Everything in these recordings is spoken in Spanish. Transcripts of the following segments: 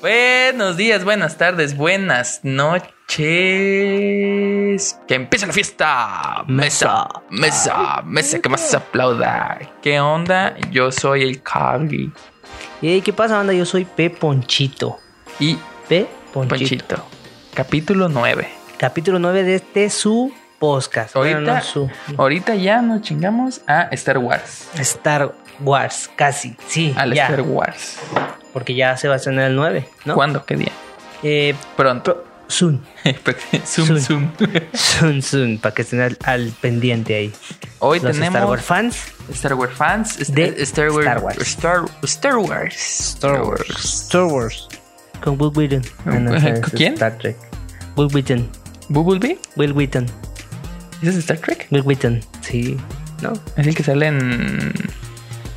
Buenos días, buenas tardes, buenas noches. Que empiece la fiesta. Mesa, mesa, mesa, que más se aplauda. ¿Qué onda? Yo soy el Cali ¿Y qué pasa, banda? Yo soy P. Ponchito. y P. Ponchito. Ponchito. Capítulo 9. Capítulo 9 de este su podcast. Bueno, Ahorita, no su. ahorita ya nos chingamos a Star Wars. Star Wars, casi. Sí, Al ya. Ah, Star Wars. Porque ya se va a estrenar el 9, ¿no? ¿Cuándo? ¿Qué día? Eh, Pronto. pro- soon. zoom, Zoom. zoom. Soon, soon. Para que estén al, al pendiente ahí. Hoy Los tenemos Star Wars fans. Star Wars fans est- De Star, Wars, Star Wars. Star, Star Wars. Star Wars. Star Wars. Con Will Wheaton. Ah, no, ¿Con ese es quién? Star Trek. Will Wheaton. ¿Bubblebee? Will Wheaton. ¿Ese es Star Trek? Will Wheaton. Sí. ¿No? Es el que sale en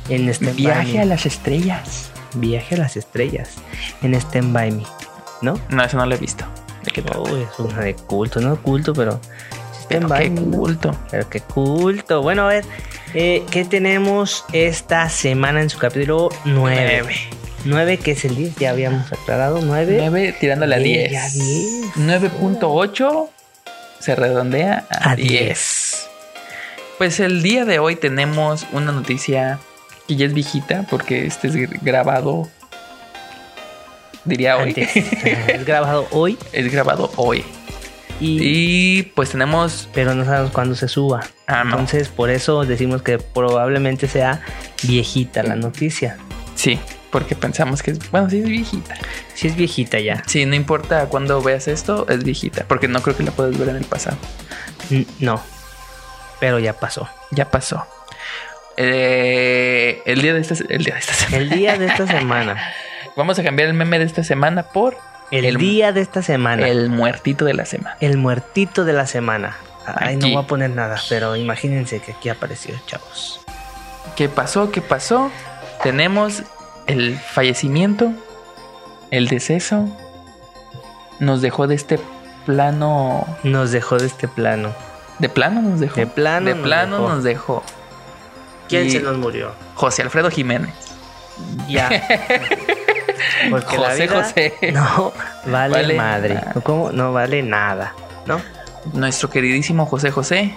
En este Viaje a las Estrellas. Viaje a las estrellas en Stand By Me, ¿no? No, eso no lo he visto. ¿De qué tal? Oh, es una de culto, no culto, pero Stand Pero By qué Me, ¿no? culto. Pero qué culto. Bueno, a ver, eh, ¿qué tenemos esta semana en su capítulo 9? 9, que es el 10, ya habíamos aclarado, 9 9 tirándole a Sí, 10. ya 10. 9.8 se redondea a, a 10. 10. Pues el día de hoy tenemos una noticia que ya es viejita porque este es gr- grabado. Diría hoy. Antes, es grabado hoy, Es grabado hoy. y, Y pues tenemos. pero no sabemos cuándo se suba. Ah, no. Entonces, por eso decimos que probablemente sea viejita la noticia. Sí, porque pensamos que es. Bueno, sí es viejita. Si es viejita ya. Sí, no importa cuándo veas esto, es viejita. Porque no creo que la puedas ver en el pasado. N- No. Pero ya pasó. Ya pasó. Eh, el día de esta, se- el día de esta semana. El día de esta semana. Vamos a cambiar el meme de esta semana por El, El- día de esta semana. El, el muertito de la semana. muertito de la semana. Ay, Aquí. no voy a poner nada, pero imagínense que aquí apareció, chavos. ¿Qué pasó? ¿Qué pasó? Tenemos el fallecimiento, el deceso. Nos dejó de este plano. Nos dejó de este plano. De plano nos dejó. De plano. De nos plano dejó. nos dejó. ¿Quién y- se nos murió? José Alfredo Jiménez. Ya. Porque la José, vida José. No vale, Vale madre. nada. ¿O ¿Cómo? No vale nada. ¿No? Nuestro queridísimo José José,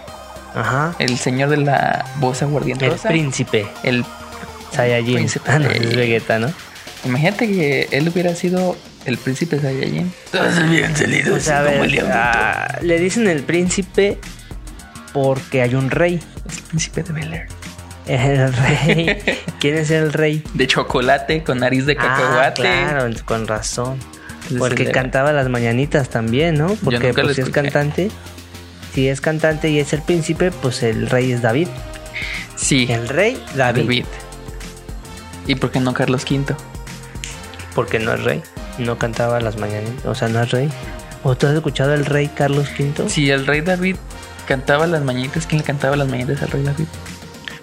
Ajá. el señor de la voz aguardiente El rosa. príncipe. el- Saiyajin. Príncipe. Ah, no, es Vegeta, ¿no? imagínate que él hubiera sido el príncipe Saiyajin. Todos bien salidos, O sea, Pues, a ver, ah, le dicen el príncipe porque hay un rey. El príncipe de Bel Air. El rey. ¿Quién es el rey? De chocolate con nariz de cacahuate. Ah, claro, con razón. Entonces, Porque el- cantaba las mañanitas también, ¿no? Porque nunca lo pues, si es escuché. cantante, si es cantante y es el príncipe, pues el rey es David. Sí, El rey David. David. ¿Y por qué no Carlos V? Porque no es rey. No cantaba las mañanitas. O sea, no es rey. ¿O tú has escuchado el rey Carlos V? Si el rey David cantaba las mañanitas, ¿quién le cantaba las mañanitas al rey David?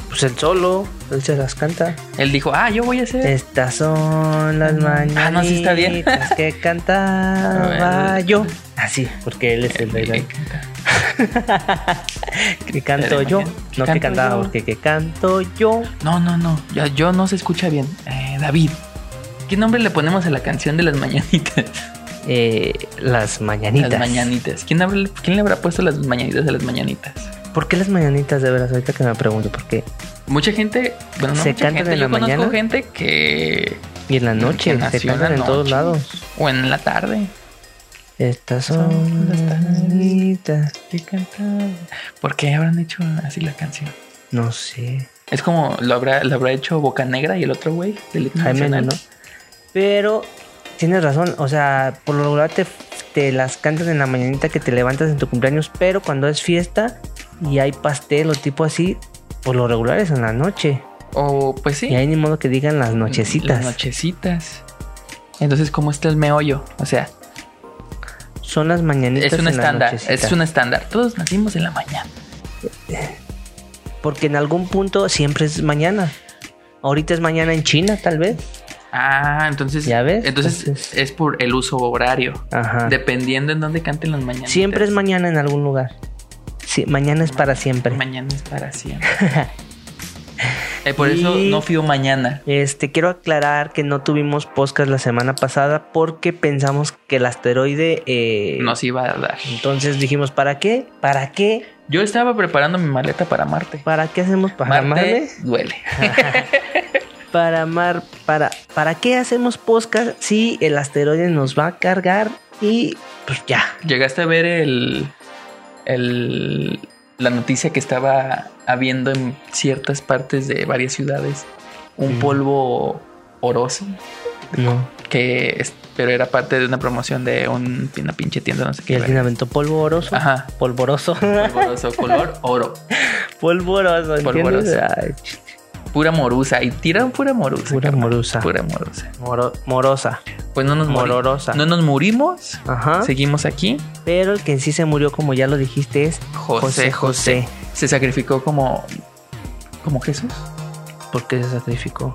Pues él solo, él se las canta. Él dijo, ah, yo voy a ser. Estas son las mañanitas Ah, no, sí está bien. que cantaba Bueno. yo. Así, porque él es el Eh, rey. Que canto Pero yo. imagina- No canto que cantaba, yo. porque que canto yo. No, no, no. Yo, yo no se escucha bien. Eh, David. ¿Qué nombre le ponemos a la canción de las mañanitas? Eh, las mañanitas. Las mañanitas. ¿Quién, habrá- quién le habrá puesto las mañanitas a las mañanitas? ¿Por qué las mañanitas de veras? Ahorita que me pregunto, ¿por qué? Mucha gente, bueno, no ¿Se mucha cantan gente, en yo la conozco mañana? gente que Y en la Que noche, se nació en cantan la en todos noche. lados. o en la tarde. Estas Son son las las mañanitas. ¿Qué cantaban? ¿Por qué habrán hecho así la canción? No sé. Es como lo habrá, lo habrá hecho Boca Negra y el otro güey del himno Jaime, nacional. ¿no? Pero tienes razón, o sea, por lo regular te, te las cantas en la mañanita que te levantas en tu cumpleaños, pero cuando es fiesta y hay pastel o tipo así, por lo regular es en la noche. O pues sí. Y ahí ni modo que digan las nochecitas. Las nochecitas. Entonces, ¿cómo está el meollo? O sea, Son las mañanitas. es un en la estándar. nochecita. Es un estándar. Todos nacimos en la mañana. Porque en algún punto siempre es mañana. Ahorita es mañana en China, tal vez. Ah, entonces. ¿Ya ves? Entonces, Entonces- es por el uso horario. Ajá. Dependiendo en dónde canten las mañanitas. siempre es mañana en algún lugar. Sí, mañana es para siempre. Mañana es para siempre. Eh, por eso Y- no fío mañana. Este, quiero aclarar que no tuvimos podcast la semana pasada porque pensamos que el asteroide. eh, Nos iba a dar. Entonces dijimos, ¿para qué? ¿Para qué? Yo estaba preparando mi maleta para Marte. ¿Para qué hacemos para amarle? Marte duele. Para amar, para, ¿para qué hacemos podcast si el asteroide nos va a cargar? Y pues ya. ¿Llegaste a ver el, el- la noticia que estaba habiendo en ciertas partes de varias ciudades? Un Mm. polvo oroso, No. que es- pero era parte de una promoción de un- una pinche tienda, no sé Que qué. alguien aventó polvoroso. Ajá. Polvoroso. Polvoroso, color oro. polvoroso, ¿entiendes? Polvoroso. Ay, Pura morusa. Y tiraron pura morusa. Pura carnal. morusa. Pura morusa. Moro- morosa. Pues no nos morimos. Mororosa. ¿Ah? No nos murimos. Ajá. Seguimos aquí. Pero el que en sí se murió, como ya lo dijiste, es José, José. Se sacrificó como, como Jesús. ¿Por qué se sacrificó?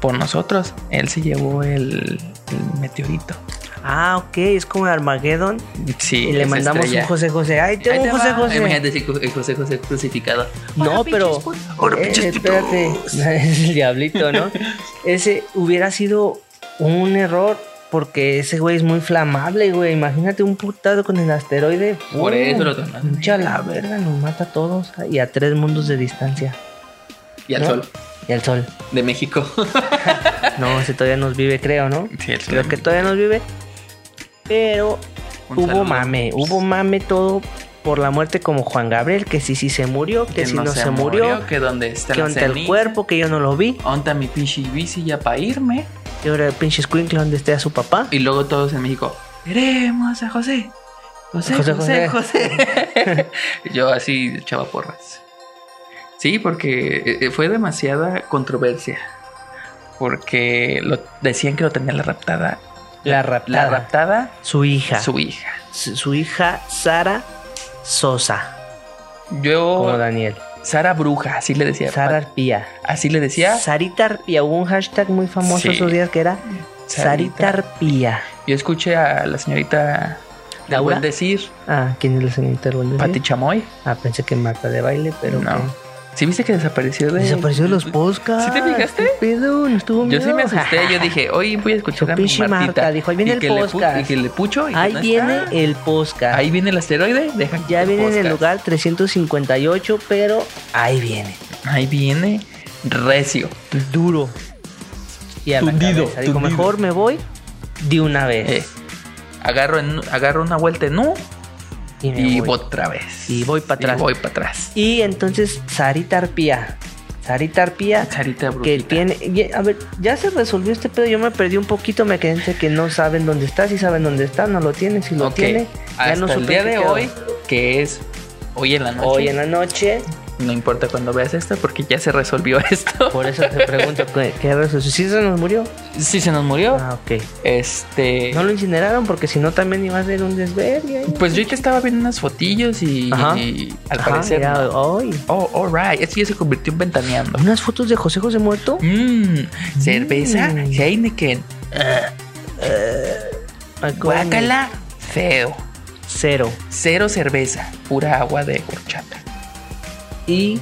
por nosotros. Él se llevó el, el meteorito. Ah, ok, es como Armageddon. Sí, y le esa mandamos estrella. un José José. ¡Ay, Ahí tengo un te José va. José! Imagínate si el José José crucificado. No, pero. Ahora Eh, pinches espérate, es el diablito, ¿no? Ese hubiera sido un error porque ese güey es muy flamable, güey. Imagínate un putado con el asteroide. Por ¡Pum! eso lo tomaron. Uh, Pinche a la verga, nos mata a todos ah, y a tres mundos de distancia. Y al ¿no? sol Y al sol. de México. No, ese todavía nos vive, creo, ¿no? Sí, el sol de Creo que México. todavía nos vive. Pero Un hubo saludo. mame, hubo mame todo por la muerte como Juan Gabriel, que sí, sí se murió, que, si no, se, murió, que donde está que la onda el ceniza, cuerpo, que yo no lo vi, Onta mi pinche bici ya para irme. que ahora el pinche escuincle donde esté a su papá. Y luego todos en México. Queremos a José. José, José, José, José. Yo así echaba porras. Sí, porque eh, eh, fue demasiada controversia. Porque lo, decían que lo tenía la raptada. La raptada. La raptada, Su hija, su, su hija. su hija Sara Sosa, como Yo, Daniel, Sara Bruja, así le decía. Sara Arpía. Así le decía. Sarita Arpía, hubo un hashtag muy famoso Sí. esos días que era Sarita Sarita. Arpía. Yo escuché a la señorita del ¿Laura? buen decir, Ah, ¿quién es la señorita del buen Pati decir? Chamoy. Ah, pensé que Marta de baile, pero No. que- ¿Sí viste que desapareció de. Desapareció de los podcasts. ¿Sí te fijaste? ¿Qué pedo? No estuvo Yo sí me miedo. asusté, yo dije, hoy voy a escuchar Su a mi pinche Martita. Marta, dijo, ahí viene Y el que le pu- podcast. Y que le pucho y que Ahí no viene está. el podcast. Ahí viene el asteroide, deja ya que viene en el podcast. lugar 358, pero ahí viene. Ahí viene recio. Duro. Y a la Tundido, cabeza. Dijo, tundido. mejor me voy de una vez. Eh, agarro, en- agarro una vuelta en U y me y voy. otra vez. Y voy pa' atrás. Y voy para atrás. Y entonces Sarita Arpía. Sarita Arpía. Charita Que brujita. tiene. y- A ver, ya se resolvió este pedo. Yo me perdí un poquito. Me quedé entre que no saben dónde está. Si saben dónde está, no lo tienen. Si lo Ok, tiene Hasta no el supe día qué de quedó. hoy, que es hoy en la noche. Hoy en la noche. No importa cuando veas esto, porque ya se resolvió esto. Por eso te pregunto, ¿qué, qué resucitó? ¿Sí se nos murió? Sí se nos murió. Ah, ok. Este. No lo incineraron porque si no también iba a ser un desvergue. ahí. Pues yo te estaba viendo unas fotillos y, Ajá. y al Ajá, parecer. ya, no. ay. Oh, alright. Esto ya se convirtió en ventaneando. ¿Unas fotos de José José muerto? Mmm, cerveza, Mm. Heineken, Ay, cómo me- guácala, feo. Cero. Cero cerveza, pura agua de horchata. Y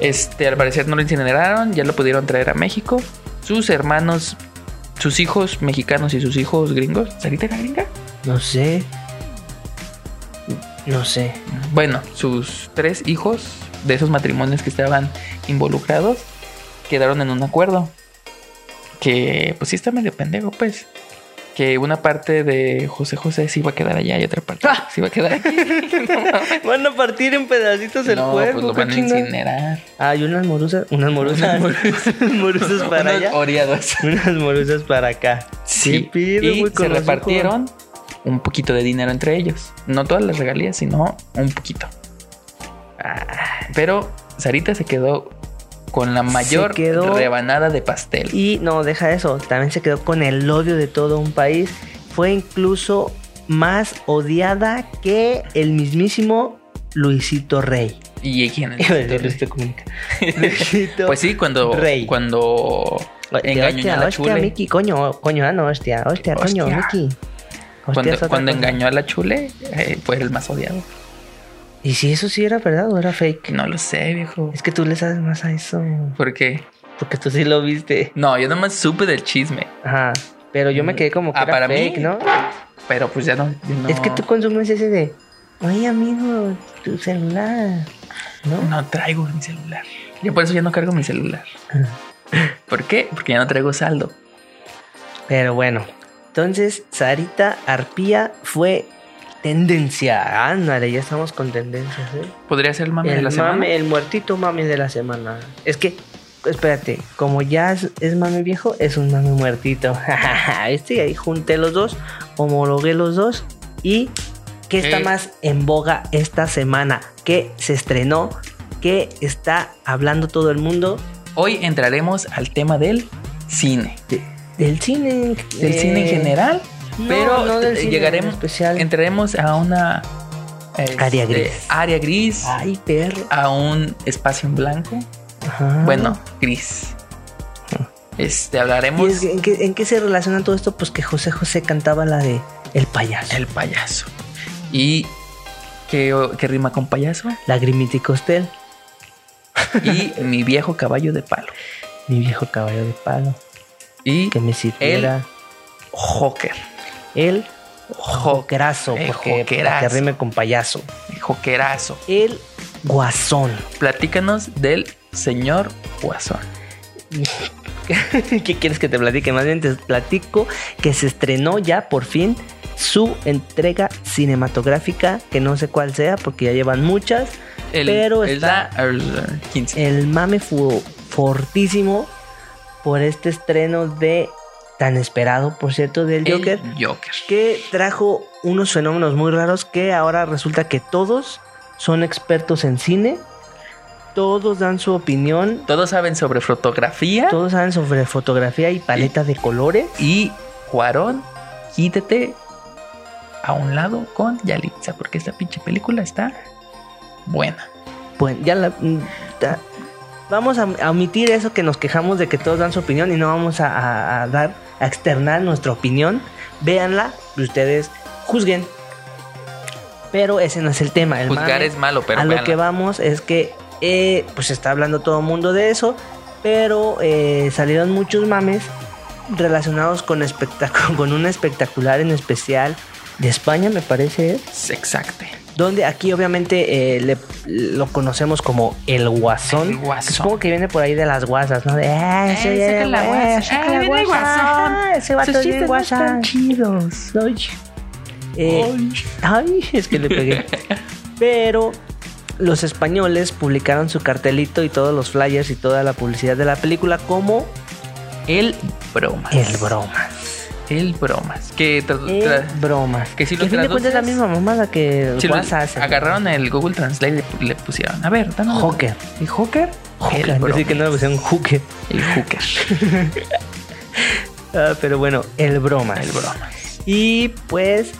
Este, al parecer no lo incineraron, ya lo pudieron traer a México. Sus hermanos, sus hijos mexicanos y sus hijos gringos. ¿Sarita era gringa? no sé. No sé. Bueno, sus tres hijos de esos matrimonios que estaban involucrados quedaron en un acuerdo. Que pues sí está medio pendejo, pues. Que una parte de José José sí iba a quedar allá y otra parte Ah. sí iba a quedar aquí. Van a partir en pedacitos el no, cuerpo. pues lo qué van a chingada. incinerar. Hay unas morusas. Unas morusas. Unas morusas para Unos allá. oreados. Unas morusas para acá. Sí. ¿Qué pedo, y güey, con se los repartieron un poquito de dinero entre ellos. No todas las regalías, sino un poquito. Ah, Pero Sarita se quedó con la mayor quedó- rebanada de pastel. Y no, deja eso. También se quedó con el odio de todo un país. Fue incluso más odiada que el mismísimo Luisito Rey. ¿Y quién es? Luisito Comunica. Luisito Pues sí, cuando. Rey. Cuando. Hostia, engañó a la hostia, hostia, chule. Miki, coño, coño, ah, no, hostia, hostia, coño, Hostia. Miki. Hostia, es Cuando, otra cuando cosa. engañó a la chule, eh, fue el más odiado. ¿Y si eso sí era verdad o era fake? No lo sé, viejo. Es que tú le sabes más a eso. ¿Por qué? Porque tú sí lo viste. No, yo nomás supe del chisme. Ajá. Pero yo me quedé como que Ah, era para fake, mí, ¿no? Pero pues ya no. no- Es que tú consumes ese de. Oye, amigo, tu celular. ¿No? No traigo mi celular. Yo por eso ya no cargo mi celular. ¿Por qué? Porque ya no traigo saldo. Pero bueno. Entonces, Sarita Arpía fue tendencia. Ándale, ya estamos con tendencias, ¿eh? ¿Podría ser el mame de El, la semana? mame, el muertito mame de la semana. Es que, espérate, como ya es, es mame viejo, es un mame muertito. este ahí junté los dos, homologué los dos. ¿Y qué está Eh. más en boga esta semana? ¿Qué se estrenó? ¿Qué está hablando todo el mundo? Hoy entraremos al tema del cine. De- del cine. Del eh, cine en general. no, pero no del eh, cine llegaremos- en especial. Entraremos a una... eh, Área este, gris. área gris. Ay, perro. A un espacio en blanco. Ajá. Ah. Bueno, gris. Este, ¿Y hablaremos es que- en, qué, en qué se relaciona todo esto? Pues que José José cantaba la de El payaso. el payaso. ¿Y qué, qué rima con payaso? Lagrimita y costel. Y mi viejo caballo de palo. Mi viejo caballo de palo. Y Que me sirviera Joker. el jokerazo. El Porque jokerazo. para que rime con payaso. Jokerazo. El guasón. Platícanos del señor Guasón. ¿Qué quieres que te platique? Más bien te platico que se estrenó ya por fin su entrega cinematográfica. Que no sé cuál sea porque ya llevan muchas. El, Pero el está- da- el 15. El mame fue fortísimo por este estreno de tan esperado, por cierto, del El Joker. Joker. que trajo unos fenómenos muy raros que ahora resulta que todos son expertos en cine, todos dan su opinión, Todos saben sobre fotografía. todos saben sobre fotografía y paleta de colores. Y Cuarón, quítate a un lado con Yalitza, porque esta pinche película está buena. Bueno, ya la- mm, ta- vamos a, a omitir eso que nos quejamos de que todos dan su opinión y no vamos a, a- a dar a externar nuestra opinión. Véanla y ustedes juzguen. Pero ese no es el tema. El Juzgar mame- es malo, pero a lo véanla. que vamos es que eh, pues está hablando todo el mundo de eso, pero eh, salieron muchos mames relacionados con, espectac- con un espectacular en especial de España, me parece, es, Exacto. donde aquí obviamente eh, le- lo conocemos como el guasón. El Guasón. Supongo que viene por ahí de las guasas, ¿no? De, "Ah, soy Eh, saca el la gua- guasa. Eh, saca la viene el guasa. guasón. Ah, Ese vato Sus es bien chistes no guasa. están chidos. Eh, Ay. Ay, es que le pegué. Pero los españoles publicaron su cartelito y todos los flyers y toda la publicidad de la película como El bromas. el bromas. El bromas. Que tra- El tra- bromas. que si lo a fin de traduces- cuentas es la misma mamada que el si lo- WhatsApp hace. agarraron el Google Translate y le- le pusieron. A ver, dame. Joker. ¿Y Joker? Joker. El Yo sé pues que no bromas. le pusieron Joker. El Joker. Ah, pero bueno, el bromas. El bromas. Y pues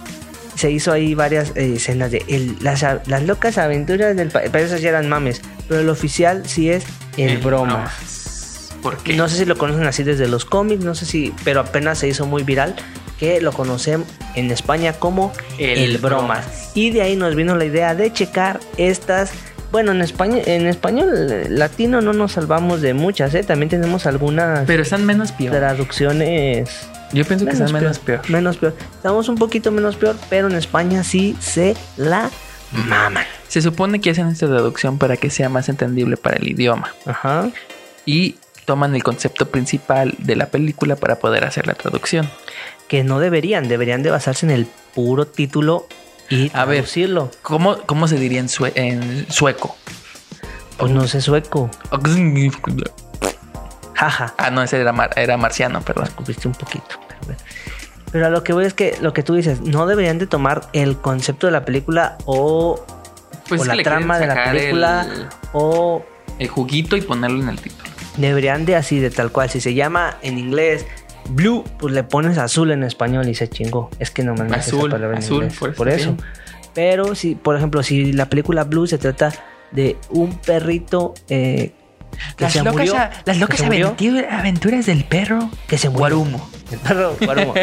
se hizo ahí varias eh, escenas de el- las, a- las locas aventuras del país. Pero esas ya eran mames. Pero el oficial sí es el, bromas. bromas. ¿Por qué? No sé si lo conocen así desde los cómics, no sé si, pero apenas se hizo muy viral que lo conocen en España como el, bromas. Y de ahí nos vino la idea de checar estas. Bueno, en español, en español eh, latino no nos salvamos de muchas, ¿eh? También tenemos algunas Pero están menos peor. traducciones Yo pienso que están menos peor. menos peor. Estamos un poquito menos peor, pero en España sí se la maman. Se supone que hacen esta traducción para que sea más entendible para el idioma. Ajá. Y toman el concepto principal de la película para poder hacer la traducción. Que no deberían, deberían de basarse en el puro título y A ver. traducirlo. ¿Cómo, cómo se diría en, sue- en sueco? Pues no sé sueco. Jaja. Ah, no, ese era, mar- era marciano, perdón. Descubriste un poquito. Pero, bueno. Pero a lo que voy es que lo que tú dices, no deberían de tomar el concepto de la película o, Pues o es la que le quieren trama de la sacar el- película o El, juguito y ponerlo en el título. deberían de así, de tal cual. Si se llama en inglés blue, pues le pones azul en español y se chingó. Es que no me nace esa Azul, palabra en azul, inglés, por eso Por eso. sí. Pero si, por ejemplo, si la película blue se trata de un perrito eh, que se murió, a- las que se murió, aventu- aventuras del perro que se murió. Guarumo. El perro Guarumo.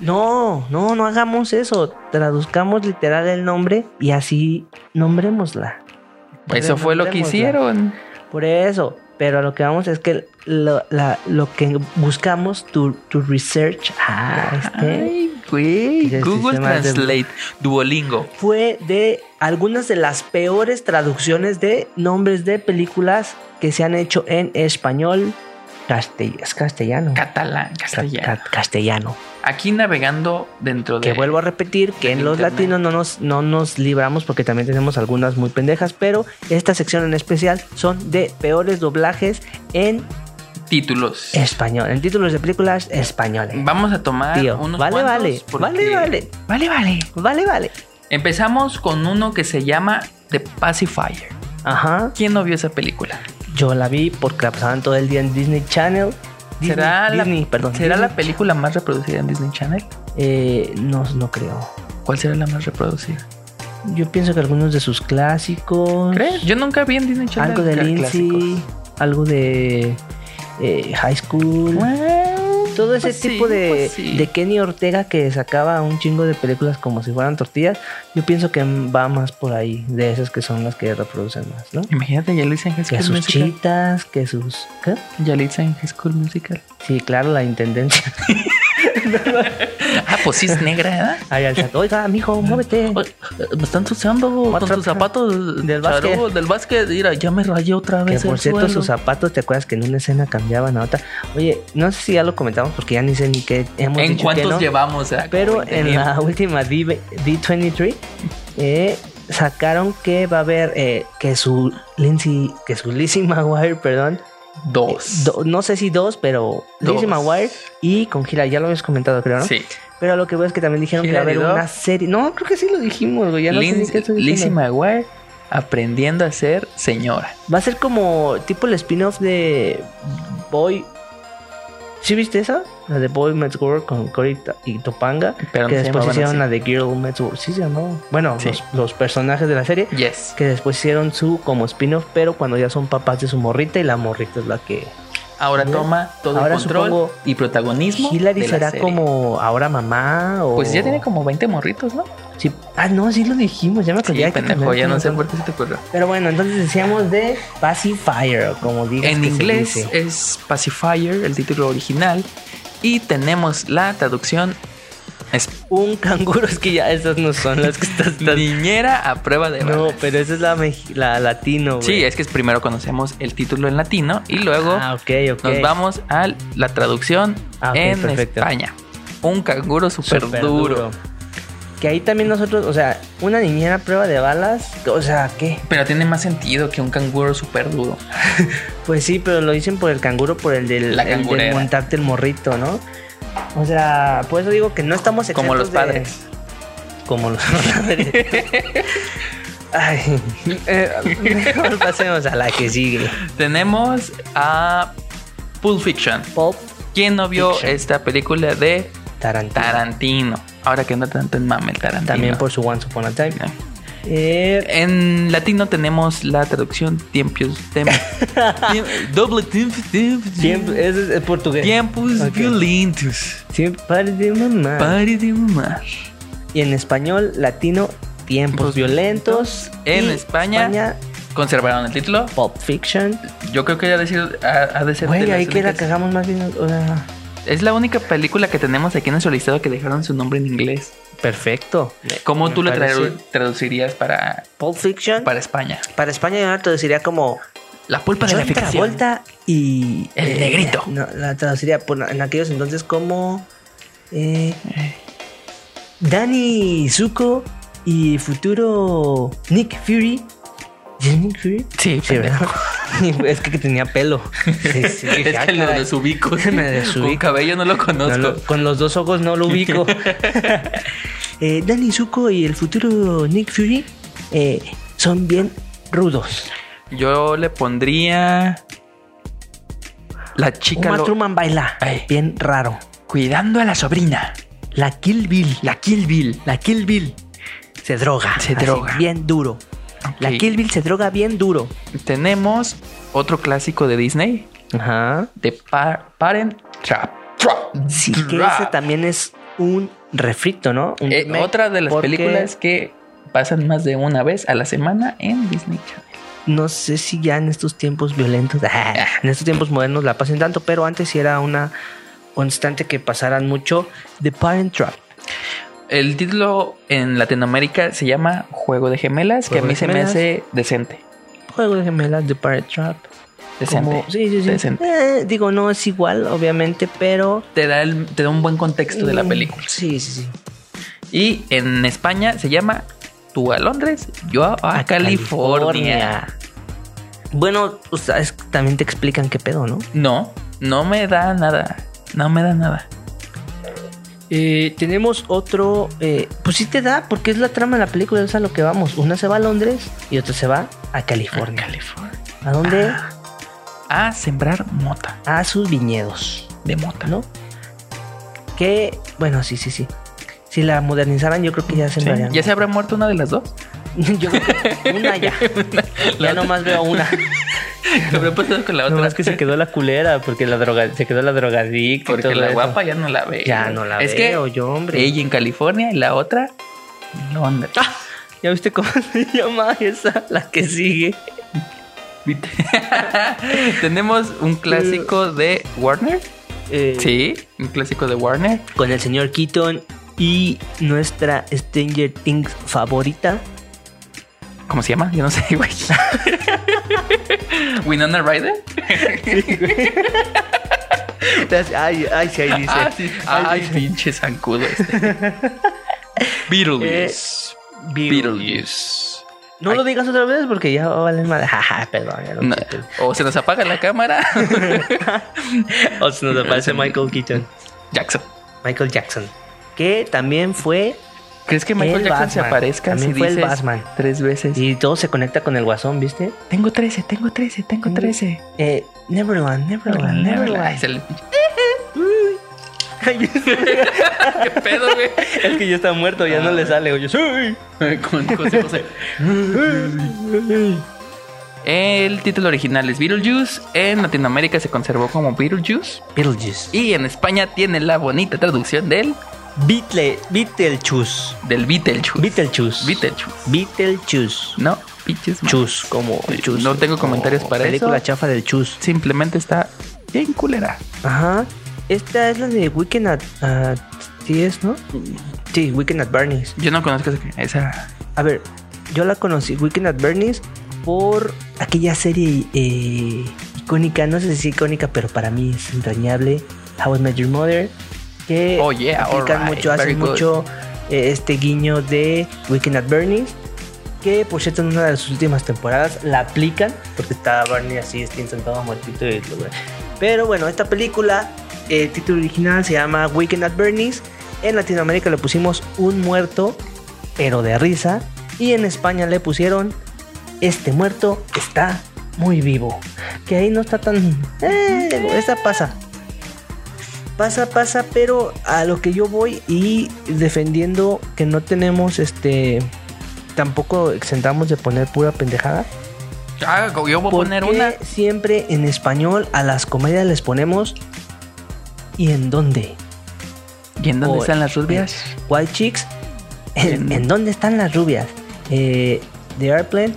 No, no, no hagamos eso. Traduzcamos literal el nombre y así nombrémosla. Eso fue lo que Nombrémosla. hicieron. Por eso. Pero a lo que vamos es que lo, la- lo que buscamos, tu, tu research, ah, este, Ay, güey. Y el Google sistema de- Translate, Duolingo. fue de algunas de las peores traducciones de nombres de películas que se han hecho en español. castell- es castellano. Catalán, Ca- castellano. ca- castellano. Aquí navegando dentro de. Que vuelvo a repetir que en los Internet. latinos no nos, no nos libramos porque también tenemos algunas muy pendejas, pero esta sección en especial son de peores doblajes en títulos. español, en títulos de películas españoles. Vamos a tomar Tío, unos vale, cuantos vale, porque- vale, vale, Vale, vale. vale, vale. Empezamos con uno que se llama The Pacifier. Ajá, ¿Quién no vio esa película? yo la vi porque la pasaban todo el día en Disney Channel. Disney- ¿Será, la, Disney, perdón. ¿será Disney. la película más reproducida en Disney Channel? Eh, no, no creo. ¿Cuál será la más reproducida? Yo pienso que algunos de sus clásicos. ¿Crees? Yo nunca vi en Disney Channel. Algo de cl- Lindsay, clásicos. algo de eh, High School. Todo ese Pues sí, tipo de, pues sí. de Kenny Ortega que sacaba un chingo de películas como si fueran tortillas, yo pienso que va más por ahí, de esas que son las que reproducen más, ¿no? Imagínate Yalitza en High Que School sus Musical. chitas, que sus... ¿qué? Yalitza en High School Musical. Sí, claro, la intendencia. Ah, pues sí es negra, ¿verdad? Ay, al saco, oiga, mijo, muévete. Oye, eh, Me están ensuciando con Otra- tus zapatos del Charo, básquet. Del básquet, mira, ya me rayé otra Que vez. por el cierto, suelo. sus zapatos, ¿te acuerdas que en una escena cambiaban a otra? Oye, no sé si ya lo comentamos porque ya ni sé ni qué hemos ¿En dicho que cuántos no. llevamos? ¿verdad? Pero Como en la última D- D23 eh, sacaron que va a haber eh, que su Lindsay, que su Lizzie McGuire, perdón, eh, Dos. do- no sé si dos, pero Lizzie Dos. McGuire y con Hillary, ya lo habías comentado, creo, ¿no? Sí. Pero lo que veo es que también dijeron que va a haber Hillary Duff. una serie. No, creo que sí lo dijimos, güey, ya no sé ni qué Lindsay, estoy Lizzie diciendo. McGuire aprendiendo a ser señora. Va a ser como tipo el spin-off de Boy. ¿Sí viste esa? La de Boy Meets World con Cory Ta- y Topanga. Pero que no se después llamaban hicieron así. la de Girl Meets World. Sí, se llamaba. Bueno, Sí. los, los personajes de la serie. Yes. Que después hicieron su como spin-off, pero cuando ya son papás de su morrita y la morrita es la que. Ahora Bien. toma todo Ahora el control supongo y protagonismo. Hillary de la será serie. como ahora mamá o. Pues ya tiene como 20 morritos, ¿no? Sí. Ah, no, sí lo dijimos, ya me acordé. Sí, hay que pendejo, cambiar ya el no sé tema. por qué se te ocurrió. Pero bueno, entonces decíamos de Pacifier, o como digas. En que se inglés eh. dice. es Pacifier, el título original. Y tenemos la traducción es Un canguro, es que ya esas no son las que estás. estás- Niñera a prueba de No, balas. pero esa es la, meji- la latino, güey. Sí, es que primero conocemos el título en latino y luego Ah, ok, ok. nos vamos a la traducción Ah, ok, en perfecto. España. Un canguro súper Súper duro. Que ahí también nosotros, o sea, una niñera a prueba de balas, o sea, ¿qué? Pero tiene más sentido que un canguro súper duro. Pues sí, pero lo dicen por el canguro, por el del, La el del cangurera. montarte el morrito, ¿no? O sea, por eso digo que no estamos Como los exentos de- padres. Como los padres. Ay, eh, mejor pasemos a la que sigue. Tenemos a Pulp Fiction. Pop ¿Quién no vio Fiction. esta película de Tarantino. Tarantino? Ahora que anda tanto en mame el Tarantino. También por su Once Upon a Time. Eh, En latino tenemos la traducción tiempos. tem- tiemp- doble tiemp- tiemp- tiempo- es, es portugués. tiempos Ok. violentos. Tiempo- padre de mamá. Pare de mamar. y en español latino tiempos Tiempos violentos En Y España, Conservaron el título. Pulp Fiction Yo creo que ya decir, ha, ha de ser. de güey las ahí que la únicas- cagamos más bien o sea, es la única película que tenemos aquí en nuestro listado que dejaron su nombre en inglés. perfecto ¿Cómo Me tú la parece. tradu- traducirías para, Pulp Fiction para, para España? España yo la traduciría como La pulpa de la John ficción. Travolta y eh, El negrito. no, la traduciría por- en aquellos entonces como eh, Danny Zuko y futuro Nick Fury ¿Sí es Nick Fury Sí, Sí, pendejo. ¿verdad? pues, es que, que tenía pelo. Sí, sí, dije, Es ah, que lo caray. desubico. Me desubico. Con cabello no lo No conozco. lo- con los dos ojos no lo ubico. eh, Danny Zuko y el futuro Nick Fury eh, son bien rudos. Yo le pondría. La chica Uma lo- Truman baila. Ay. Bien raro. cuidando a la sobrina. La Kill Bill. La Kill Bill. La Kill Bill. Se droga. Se así, droga. Bien duro. La Ok. Kill Bill se droga bien duro. Tenemos otro clásico de Disney. Ajá. De Pa- Parent Trap. Trap. Sí, que Trap. ese también es un refrito, ¿no? Un Eh, remake, otra de las porque películas que pasan más de una vez a la semana en Disney Channel. No sé si ya en estos tiempos violentos, en estos tiempos modernos la pasen tanto, pero antes sí era una constante que pasaran mucho. The Parent Trap. El título en Latinoamérica se llama Juego de Gemelas, Juego que a mí de se me Gemelas. hace decente. Juego de gemelas, The Parent Trap. Decente. Como- sí, sí, sí. Decente. Eh, digo, no es igual, obviamente, pero. Te, da el- te da un buen contexto de la Mm, película. Sí, sí, sí. Y en España se llama Tú a Londres, yo a, A California. Bueno, ustedes también te explican qué pedo, ¿no? No, no me da nada. No me da nada. Eh, tenemos otro. eh, pues sí te da, porque es la trama de la película, es a lo que vamos. Una se va a Londres y otra se va a Por California. California. ¿A dónde? A sembrar mota. A sus viñedos, De mota. ¿no? Que, bueno, sí, sí, sí. Si la modernizaran, yo creo que ya se Sí. entrarían. ¿Ya se habrá muerto una de las dos? Yo creo que una ya. ya nomás veo una. ¿Qué habrá pasado con la otra? No, es que se quedó la culera porque la droga, se quedó la drogadicta. y Porque todo la eso. guapa ya no la ve. Ya no la es veo que yo, hombre. Ah. ella en California y la otra en Londres. ¿Ya viste cómo se llama esa? La que sigue. ¿Viste? Tenemos un clásico de Warner. Eh, Sí, un clásico de Warner. Con el señor Keaton y nuestra Stranger Things favorita. ¿Cómo se llama? Yo no sé, güey. Winona Ryder. Ay, ay, sí, ahí dice. Ah, sí. Ay, pinche zancudo este. Beetlejuice. Eh, Beetlejuice. No lo digas otra vez porque ya va a valer madre. Jaja, perdón. ya lo No, quité. O se nos apaga la cámara. O se nos aparece Michael Keaton. Jackson. Michael Jackson. Que también fue. ¿Crees que Michael El Jackson se Batman. aparezca si También fue el dices Batman. tres veces? Y todo se conecta con el guasón, ¿viste? Tengo 13, tengo 13, tengo Mm. 13. Eh, Neverland, Neverland, Ay, Neverland. se le- ¿Qué pedo, güey? Es que ya está muerto, ya no le sale. Oye, sí. Con José José. El título original es Beetlejuice. En Latinoamérica se conservó como Beetlejuice. Beetlejuice. Y en España tiene la bonita traducción del, Beetle, Beetlejuice. del Beetlejuice. Beetlejuice. Beetlejuice. Beetlejuice. No, pinches. madre. Chus, como chus. No tengo comentarios para película eso. chafa del chus. Simplemente está bien culera. Ajá. Esta es la de Weekend at... at- sí es, ¿no? Sí, Weekend at Bernie's. Yo no conozco esa- esa. A ver, yo la conocí, Weekend at Bernie's, por aquella serie eh, icónica, no sé si icónica, pero para mí es entrañable, How I Met Your Mother, que Oh, yeah, aplican alright, mucho, very hacen good. mucho eh, este guiño de Weekend at Bernie's, que por cierto en una de sus últimas temporadas la aplican, porque estaba Barney así, este intentado muertito y lo- Pero bueno, esta película, eh, el título original se llama Weekend at Bernie's, en Latinoamérica le pusimos Un Muerto, pero de risa, y en España le pusieron Este Muerto está muy vivo, que ahí no está tan... Eh, esa pasa. Pasa, pasa, pero a lo que yo voy y defendiendo que no tenemos este. Tampoco exentamos de poner pura pendejada. Ah, yo voy a ¿Por poner qué una. Siempre en español a las comedias les ponemos. ¿Y en dónde? ¿Y en dónde Por- están las rubias? White Chicks. ¿En, En- en dónde están las rubias? Eh, The Airplane.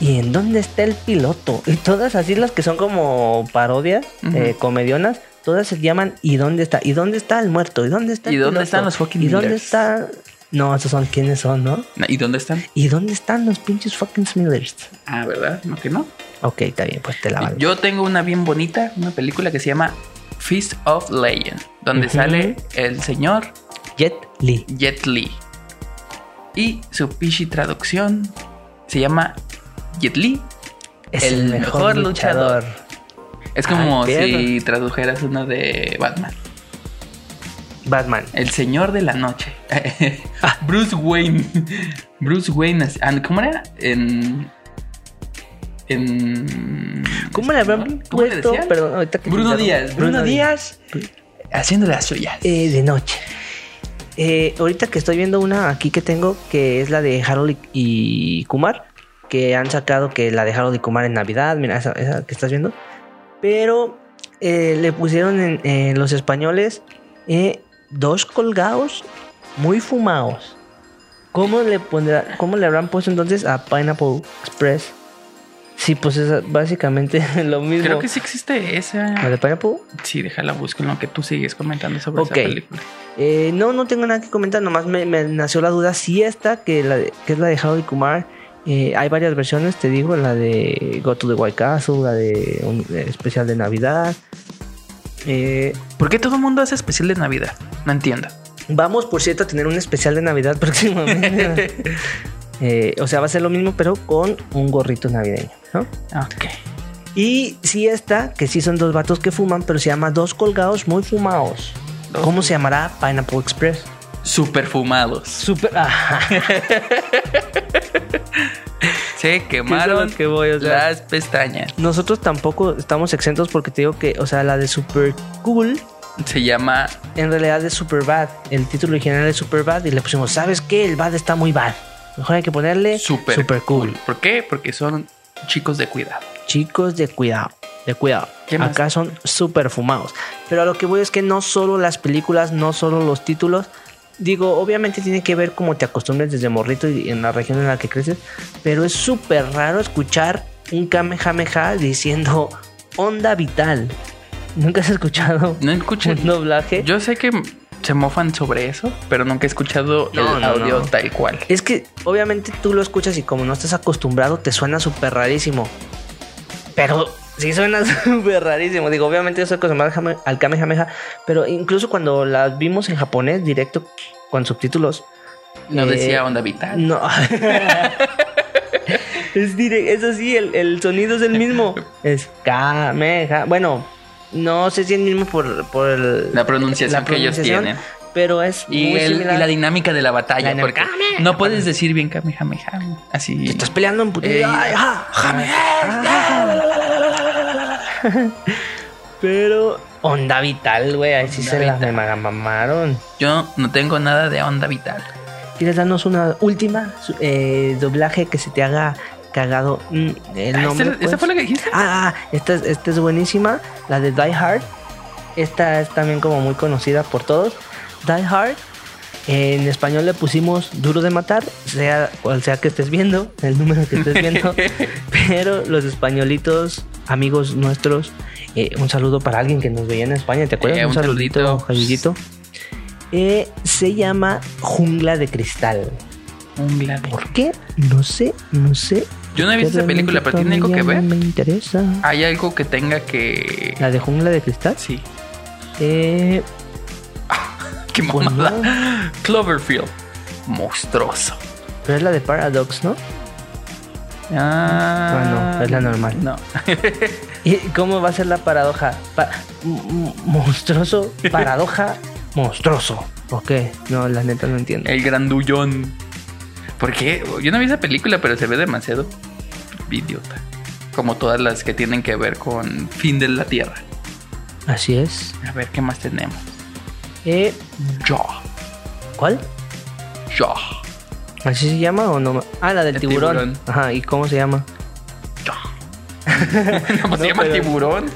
¿Y en dónde está el piloto? Y todas así las que son como parodias, Ujú. eh, comedionas, todas se llaman ¿Y dónde está? ¿Y dónde está el muerto? ¿Y dónde está el ¿Y dónde piloto? están los fucking ¿Y dónde Millers? está? No, esos son quiénes son, ¿no? ¿Y dónde están? ¿Y dónde están los pinches fucking Smithers? Ah, ¿verdad? No que no. Ok, está bien, pues te la valgo. Yo tengo una bien bonita, una película que se llama Feast of Legend, donde Ujú. sale el señor Jet Li. Jet Li. Y su pichi traducción se llama Jet Li. Es El el, mejor, mejor luchador. Es como Ay, perro. si tradujeras una de Batman. Batman. El señor de la noche. Ah, Bruce Wayne. Bruce Wayne. así- ah, ¿Cómo era? En. En. ¿Cómo le habrán ¿Cómo le puesto? decían? Perdón, ahorita que Bruno te interrumpo. Díaz. Bruno, Díaz haciendo las suyas. Eh, de noche. Eh, ahorita que estoy viendo una aquí que tengo, que es la de Harold y y Kumar, que han sacado que la de Harold y Kumar en Navidad, mira, esa, esa que estás viendo. Pero eh, le pusieron en eh, los españoles eh, dos colgados muy fumados. ¿Cómo le, pondrá, ¿Cómo le habrán puesto entonces a Pineapple Express? Sí, pues es básicamente lo mismo. Creo que sí existe ¿La esa. de Pineapple? Sí, déjala, busco en lo que tú sigues comentando sobre Ok. esa película. Eh, no, no tengo nada que comentar, nomás me, me nació la duda si esta, que, la de- que es la de Harold Kumar, eh, hay varias versiones, te digo, la de Go to the White Castle, la de un eh, especial de Navidad. Eh, ¿Por qué todo el mundo hace especial de Navidad? No entiendo. vamos, por cierto, a tener un especial de Navidad próximamente. Eh, o sea, va a ser lo mismo, pero con un gorrito navideño, ¿no? Ok. Y si esta, que sí son dos vatos que fuman, pero se llama Dos Colgados Muy Fumados. Dos ¿Cómo se llamará Pineapple Express? Super fumados. Super. ajá. Se Eso quemaron es lo que voy, o sea. las pestañas. Nosotros tampoco estamos exentos porque te digo que, o sea, la de Super Cool Se llama. en realidad es Super Bad. El título original es Super Bad y le pusimos, ¿sabes qué? El Bad está muy bad. Mejor hay que ponerle Super, Cool. ¿Por qué? Porque son chicos de cuidado. Chicos, de cuidado, de cuidado. ¿Qué más? Acá son super fumados. Pero a lo que voy es que no solo las películas, no solo los títulos. Digo, obviamente tiene que ver cómo te acostumbres desde morrito y en la región en la que creces. Pero es súper raro escuchar un Kamehameha diciendo onda vital. ¿Nunca has escuchado No escuchen. un doblaje? Yo sé que se mofan sobre eso, pero nunca he escuchado No, el no, audio no. tal cual. Es que obviamente tú lo escuchas y como no estás acostumbrado te suena súper rarísimo. Pero sí suena súper rarísimo. Digo, obviamente yo estoy acostumbrado al jame- al Kamehameha. Pero incluso cuando las vimos en japonés directo con subtítulos. No eh, decía onda vital. No. es dire- es así, el, el sonido es el mismo. Es Kamehameha. Bueno, no sé si es el mismo por, por el- La pronunciación que ellos pronunciación, tienen. Pero es Y, muy el- y similar. la dinámica de la batalla. La porque dinámica. no puedes decir bien Kamehameha. Así. Te estás peleando en puti- Eh, Ay, ajá, ajá, me- Ah. Pero onda vital, güey, ahí sí Onda se las vital. mega mamaron. Yo no tengo nada de onda vital. ¿Quieres darnos una última su- eh, doblaje que se te haga cagado mm, el Ah, ¿esa- nombre? ¿Esa pues? fue la que dijiste? Ah, ah, esta es, esta es buenísima, la de Die Hard. Esta es también como muy conocida por todos. Die Hard. En español le pusimos duro de matar, sea cual sea que estés viendo, el número que estés viendo. Pero los españolitos, amigos nuestros, eh, un saludo para alguien que nos veía en España, ¿te acuerdas? Eh, un saludito. Javiercito. Eh, se llama Jungla de Cristal. Un gladiador. ¿Por qué? No sé, no sé. Yo no he visto esa película, pero tiene algo que ver. Realmente No me interesa. Hay algo que tenga que. ¿La de Jungla de Cristal? Sí. Eh, Qué pues mamada. no. Cloverfield. Monstruoso. Pero es la de Paradox, ¿no? Ah, Ah, no, es la normal. No. ¿Y cómo va a ser la paradoja? Pa- m- m- monstruoso, paradoja, monstruoso. ¿Por qué? No, la neta no entiendo. El grandullón. ¿Por qué? Yo no vi esa película, pero se ve demasiado idiota. Como todas las que tienen que ver con fin de la tierra. Así es. A ver, ¿qué más tenemos? Eh, Jaw. ¿Cuál? Jaw. ¿Así se llama o no? Ah, la del El tiburón. tiburón. Ajá, ¿y cómo se llama? Jaw. no, se llama pero- tiburón.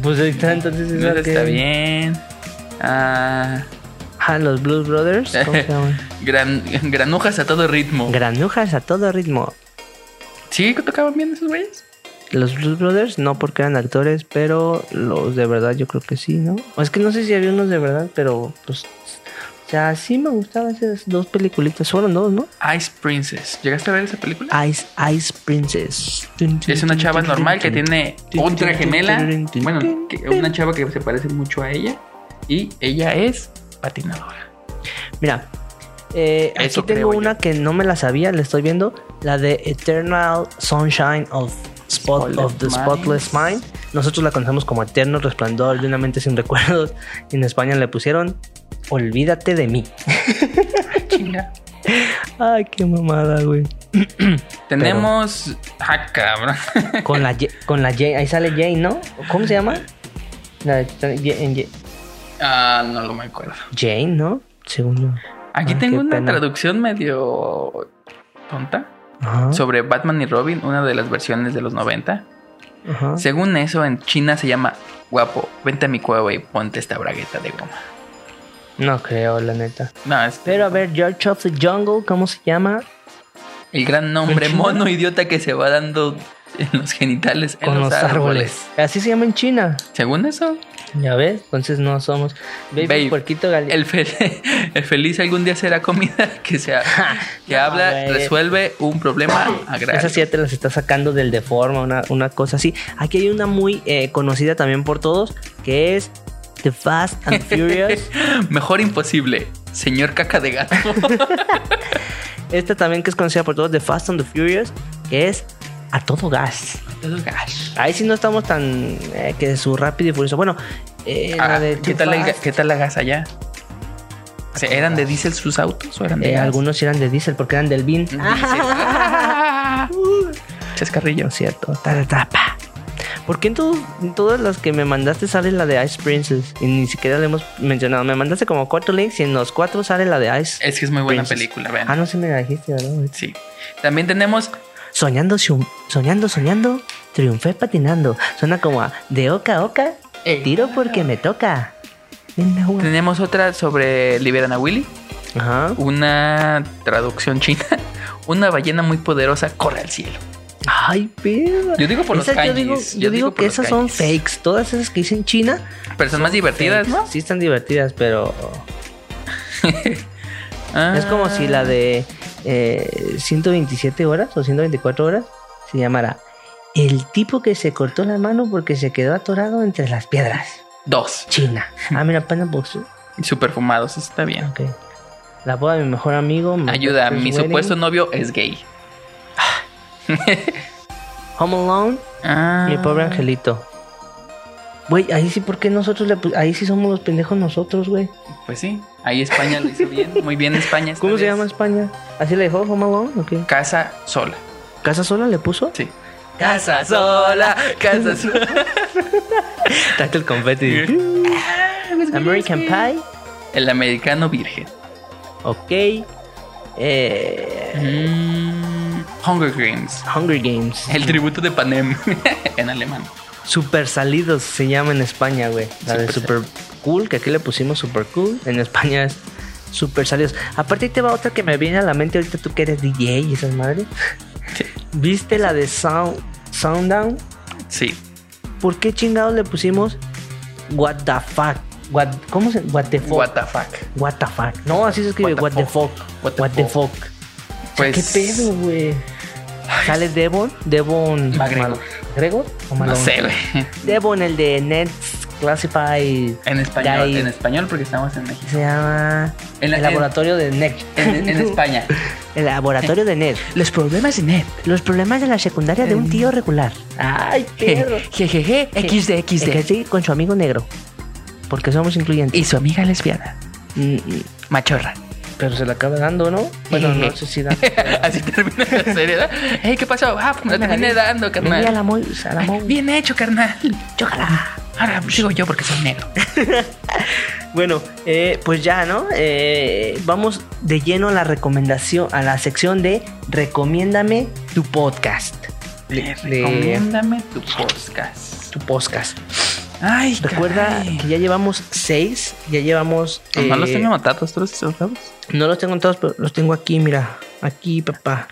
Pues ahí está, entonces No, está bien. Ah, Ah, los Blues Brothers. ¿Cómo se llaman? gran, granujas a todo ritmo. Granujas a todo ritmo. ¿Sí que tocaban bien esos güeyes? Los Blues Brothers no porque eran actores, pero los de verdad yo creo que sí, ¿no? O es que no sé si había unos de verdad, pero pues... O sea, sí me gustaban esas dos peliculitas. Fueron dos, ¿no? Ice Princess. ¿Llegaste a ver esa película? Ice, Ice Princess. Es una chava normal que tiene otra gemela. Bueno, que- una chava que se parece mucho a ella. Y ella es patinadora. Mira, eh, aquí Eso tengo creo yo. una que no me la sabía, la estoy viendo. La de Eternal Sunshine of, Spot- Spotless of the Spotless Mind. Mind. Nosotros la conocemos como Eterno Resplandor de una mente sin recuerdos. En España le pusieron Olvídate de mí. Ah, Chinga. Ay, qué mamada, güey. Tenemos. Ah, cabrón. Con la, Ye- con la Jane, ahí sale Jane, ¿no? ¿Cómo se llama? La de- Ye- en Ye- Ah, no lo me acuerdo. Jane, ¿no? Según yo. Aquí Ah, tengo qué una pena. traducción medio tonta Ajá, sobre Batman y Robin, una de las versiones de los 90. ajá. Según eso, en China se llama guapo, vente a mi cueva y ponte esta bragueta de goma. No creo, la neta. No, es que Pero a ver, George of the Jungle, ¿cómo se llama? el gran nombre China. mono idiota que se va dando en los genitales, en Con los árboles. Así se llama en China. Según eso, Ya ves, entonces no somos. Baby, Babe, puerquito gal- el, fel- el feliz algún día será comida que, sea, Ah, que No, habla, güey. resuelve un problema agrario. Esas ya te las está sacando del de forma, una, una cosa así. Aquí hay una muy eh, conocida también por todos, que es The Fast and Furious. Mejor imposible, señor caca de gato. Esta Este también que es conocida por todos, The Fast and the Furious, que es a todo gas. Ah, Ahí sí no estamos tan eh, que su rápido y furioso. Bueno, eh, la Ah, de ¿qué, Too tal el ga- Fast, ¿Qué tal la gas allá? O sea, ¿Eran de diésel sus autos o eran de eh, gas? algunos eran de diésel porque eran del BIN. Diésel. Ah. Chascarrillo. No es cierto. Ta, ta, ta, pa. ¿Por qué en, todo- en todas las que me mandaste sale la de Ice Princess? Y ni siquiera la hemos mencionado. Me mandaste como cuatro links y en los cuatro sale la de Ice. Es que es muy buena Princess. película, Ah, vean. no, sí me la dijiste, ¿verdad? Sí. También tenemos Soñando, siu- soñando, soñando, triunfé patinando. Suena como a de oca a oca, Eh. tiro porque me toca. Ven, agua. tenemos otra sobre Liberan a Willy, Ajá. una traducción china. Una ballena muy poderosa corre al cielo. Ay, pero. Yo digo por los yo digo, kanjis, yo yo digo digo por que los esas son kanjis. fakes. Todas esas que dicen China. Pero son más divertidas, fakes. ¿no? Sí, están divertidas, pero. Ah. Es como si la de eh, 127 horas o 124 horas se llamara El tipo que se cortó la mano porque se quedó atorado entre las piedras. Dos. China. Ah, mira, Panda Box. Y super fumados, eso está bien. Ok. La boda de mi mejor amigo. my Ayuda, doctor's mi wedding, supuesto novio es gay. Home Alone, Ah. mi pobre angelito. Güey, ahí sí, ¿por qué nosotros le pu- Ahí sí somos los pendejos nosotros, güey. Pues sí, ahí España lo hizo bien, muy bien España. esta ¿Cómo se vez. llama España? ¿Así le dejó Home Alone? ¿O qué? Casa sola. ¿Casa sola le puso? Sí. Casa sola, casa sola. Taca el confeti. American Pie. El americano virgen. Ok. Eh, Mm, Hunger Games. Hunger Games. El tributo de Panem en alemán. Super Salidos se llama en España, güey. La de Super Super Cool, que aquí le pusimos Super Cool. En España es Super Salidos. Aparte ahí te va otra que me viene a la mente ahorita tú que eres DJ y esas madres. Sí. ¿Viste la de Sound Sounddown? Sí. ¿Por qué chingados le pusimos What the fuck? What, ¿Cómo se What the fuck? What the fuck. What the fuck? No, así se escribe. What What the the fuck. What the What the fuck. fuck. Pues. ¿Qué pedo, güey? ¿Sale Devon? Devon. McGregor. ¿Gregor? ¿O No Malone? sé, güey. Devon, el de Nets Classify. En español, Guy. en español porque estamos en México. Se llama. En la- el laboratorio de NET. En, en España. El laboratorio de NET. Los problemas de Ned. Los problemas de la secundaria de Eh. un tío regular. Ay, perro. Jejeje, XD, Es que sí, con su amigo negro. Porque somos incluyentes. Y su amiga lesbiana. Mm, mm, Machorra. Pero se la acaba dando, ¿no? Bueno, no sé si da. Así termina la serie, ¿verdad? Ey, ¿qué pasó? Ah, pues me la terminé dando, Vení a carnal. la Mois, a la Mois. Bien hecho, carnal. Chócala. Ahora sigo yo porque soy negro. Bueno, eh, pues ya, ¿no? Eh, vamos de lleno a la recomendación, a la sección de Recomiéndame tu podcast. Le- Le- Recomiéndame tu podcast. Tu podcast. Ay, Recuerda caray. que ya llevamos seis, ya llevamos. Pues no eh, los tengo anotados, todos esos datos. No los tengo en todos, pero los tengo aquí, mira. Aquí, papá.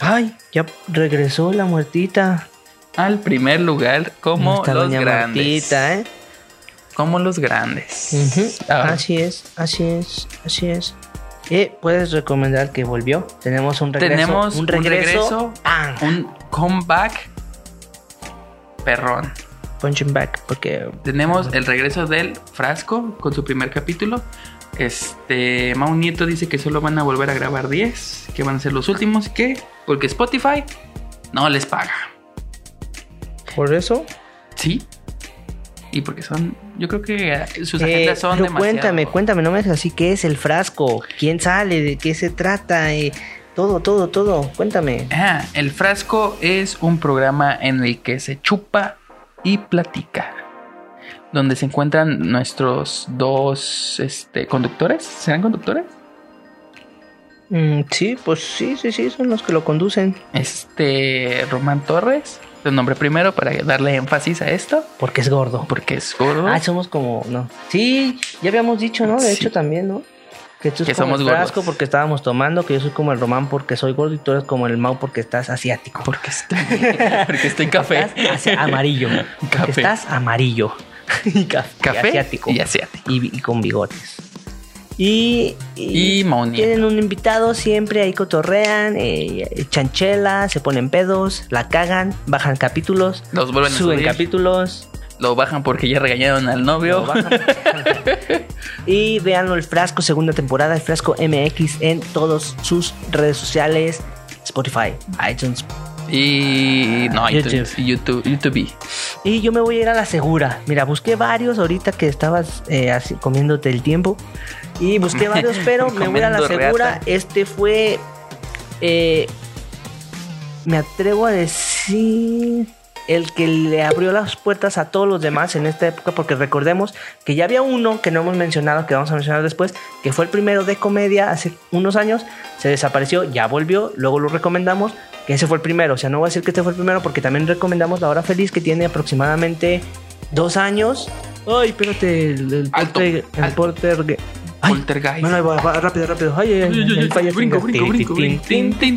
Ay, ya regresó la muertita. Al primer lugar, como Nuestra los doña grandes. Muertita, ¿eh? Como los grandes. Ujú. Ah, Así es, así es, así es. Eh, puedes recomendar que volvió. Tenemos un regreso. Tenemos un regreso. ¡Pam! un comeback perrón. Punching back, porque Tenemos el regreso del frasco con su primer capítulo. Este, Mau Nieto dice que solo van a volver a grabar 10, que van a ser los últimos, que porque Spotify no les paga. por eso. ¿Sí? Y porque son, yo creo que eh, sus Eh, agendas son pero demasiado. cuéntame, cuéntame, no me dejes así. ¿Qué es el frasco? ¿Quién sale? ¿De qué se trata? Eh, todo, todo, todo. Cuéntame. Ah, el frasco es un programa en el que se chupa y platica. Donde se encuentran nuestros dos este, conductores. ¿Serán conductores? Mm, sí, pues sí, sí, sí, son los que lo conducen. Este Román Torres lo nombré primero para darle énfasis a esto, Porque es gordo. porque es gordo. Ah, somos como. No. Sí, ya habíamos dicho, ¿no? De Sí. hecho, también, ¿no? Que tú Que eres como somos el frasco gordos. porque estábamos tomando, que yo soy como el Román porque soy gordo y tú eres como el Mau porque estás asiático. Porque estoy, porque estoy café. Estás hacia- amarillo. porque Café. Estás amarillo. y café. Café Y asiático. y asiático. Y- y con bigotes. Y, Y Mauni. Tienen un invitado, siempre ahí cotorrean, eh, chanchela, se ponen pedos, la cagan, bajan capítulos, Los vuelven a suben subir. capítulos. Lo bajan porque ya regañaron al novio. lo bajan. y véanlo el frasco, segunda temporada, el frasco MX en todas sus redes sociales, Spotify, iTunes. Y no, YouTube. iTunes, YouTube, YouTube. Y yo me voy a ir a la segura. Mira, busqué varios ahorita que estabas eh, así, comiéndote el tiempo. Y busqué varios, pero me voy a la Comiendo segura. reata. Este fue. eh, me atrevo a decir. El que le abrió las puertas a todos los demás en esta época, porque recordemos que ya había uno que no hemos mencionado, que vamos a mencionar después, que fue el primero de comedia hace unos años, se desapareció, ya volvió, luego lo recomendamos, que ese fue el primero. O sea, no voy a decir que este fue el primero, porque también recomendamos La Hora Feliz, que tiene aproximadamente dos años. Ay, espérate, el, el Alto, porter. El alto. porter. Ay, Poltergeist. no, no, ahí va, va, rápido, rápido. Ay, ay, Ay, ay, ay, ahí ay, falla el brinco, finger. brinco, brinco, Tin, tin, brinco.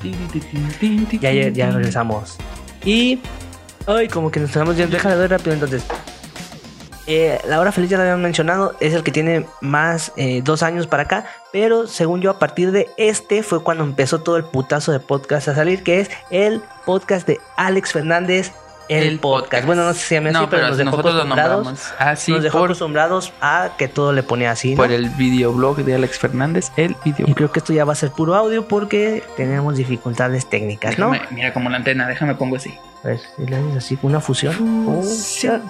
tin, tin, tin, tin. Ya, ya, ya regresamos. Y. Ay, como que nos estamos yendo. Déjale doy rápido entonces. Eh, la hora feliz ya la habíamos mencionado. Es el que tiene más eh, dos años para acá. Pero según yo, a partir de este fue cuando empezó todo el putazo de podcast a salir. Que es el podcast de Alex Fernández. El, podcast. Bueno, no sé si se llama así, No, pero, nos dejó nosotros lo acostumbrados. nombramos. Ah, sí, nos dejó por, acostumbrados a que todo le ponía así. ¿no? por el videoblog de Alex Fernández. El Y videoblog. creo que esto ya va a ser puro audio porque tenemos dificultades técnicas, ¿no? Déjame- mira como la antena, déjame pongo así. A ver, si Pues, le haces así, una fusión. oh, Fusión.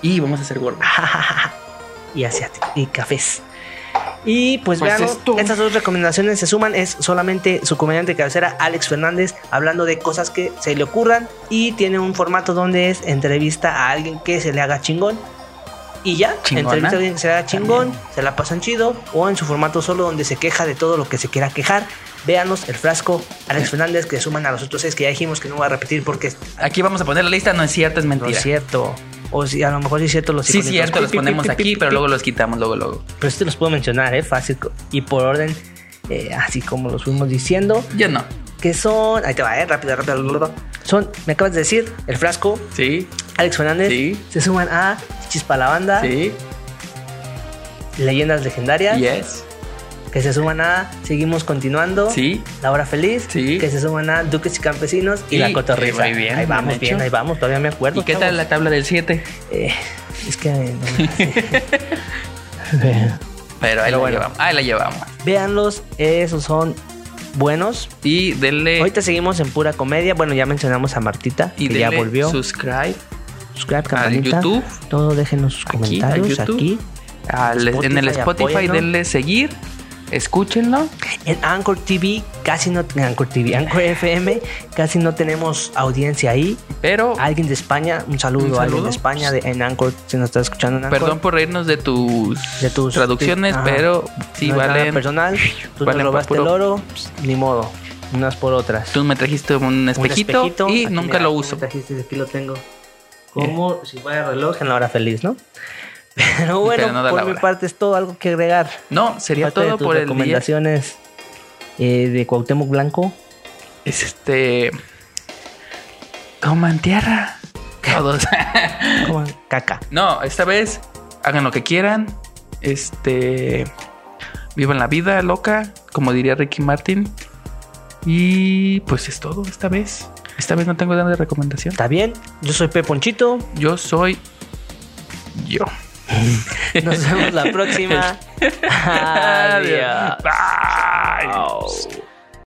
Y vamos a hacer gordo. y asiático y cafés. Y pues, Pues vean, esto- estas dos recomendaciones se suman. Es solamente su comediante de cabecera, Alex Fernández, hablando de cosas que se le ocurran. Y tiene un formato donde es entrevista a alguien que se le haga chingón. Y ya, Chingona. entrevista a alguien que se le haga chingón, También. se la pasan chido. O en su formato solo donde se queja de todo lo que se quiera quejar. Véanos el frasco, Alex Eh. Fernández, que suman a los otros seis que ya dijimos que no voy a repetir porque es Aquí vamos a poner la lista, no es cierto, es no mentira. es cierto. O si a lo mejor sí es cierto los Sí, iconitos. cierto, los Pi, pi, ponemos pi, pi, aquí, pi, pero pi, luego los quitamos, luego, luego. pero este los puedo mencionar, ¿eh? Fácil. co- Y por orden, eh, así como los fuimos diciendo, Yo no. que son. Ahí te va, ¿eh? Rápido, rápido. rápido. Son, me acabas de decir, El Frasco, Sí, Alex Fernández. Sí. Se suman a Chispa la Banda, sí, Leyendas Legendarias. yes, Que se suman a Seguimos Continuando. sí. La Hora Feliz. Sí. Que se suman a Duques y Campesinos y, Y- La Cotorrisa. muy bien, Ahí bien vamos, hecho. bien, ahí Ah, vamos. Todavía me acuerdo. ¿Y qué tal chavos. la tabla del 7? Eh, es que. eh, no me- Pero ahí Pero la bueno. llevamos. Ahí la llevamos. Véanlos, esos son buenos. Y denle. Ahorita seguimos en pura comedia. Bueno, ya mencionamos a Martita, y que denle ya volvió. Subscribe Subscribe, al campanita. YouTube. Todo déjenos sus Aquí, al comentarios YouTube. aquí. al- en el Spotify, Spotify, apóyenlo. denle seguir. Escúchenlo. En Anchor TV, casi no. en Anchor TV, Anchor FM, casi no tenemos audiencia ahí. Pero, Alguien de España, un saludo, Un a alguien saludo. de España, de, en Anchor, si nos está escuchando en Anchor. perdón por reírnos de tus, De tus- traducciones, ajá. pero sí no es nada valen. personal, tú valen me por robaste puro- el oro, pues, ni modo. Unas por otras. Tú me trajiste un un espejito, y Aquí, nunca mira, este, lo tú me uso. Eh. trajiste, aquí lo tengo. Como si fuera reloj en la hora feliz, ¿no? Pero bueno, Pero no da por la mi hora. parte es todo. Algo que agregar. No, sería Aparte de todo tus por el día. recomendaciones eh, de Cuauhtémoc Blanco. Es este. Coman tierra. Todos. Coman Caca. No, esta vez hagan lo que quieran. Este. Vivan la vida loca, como diría Ricky Martin. Y pues es todo esta vez. Esta vez no tengo nada de recomendación. Está bien. Yo soy Peponchito. Yo soy. Yo. Nos vemos la próxima. Adiós. Bye. Wow.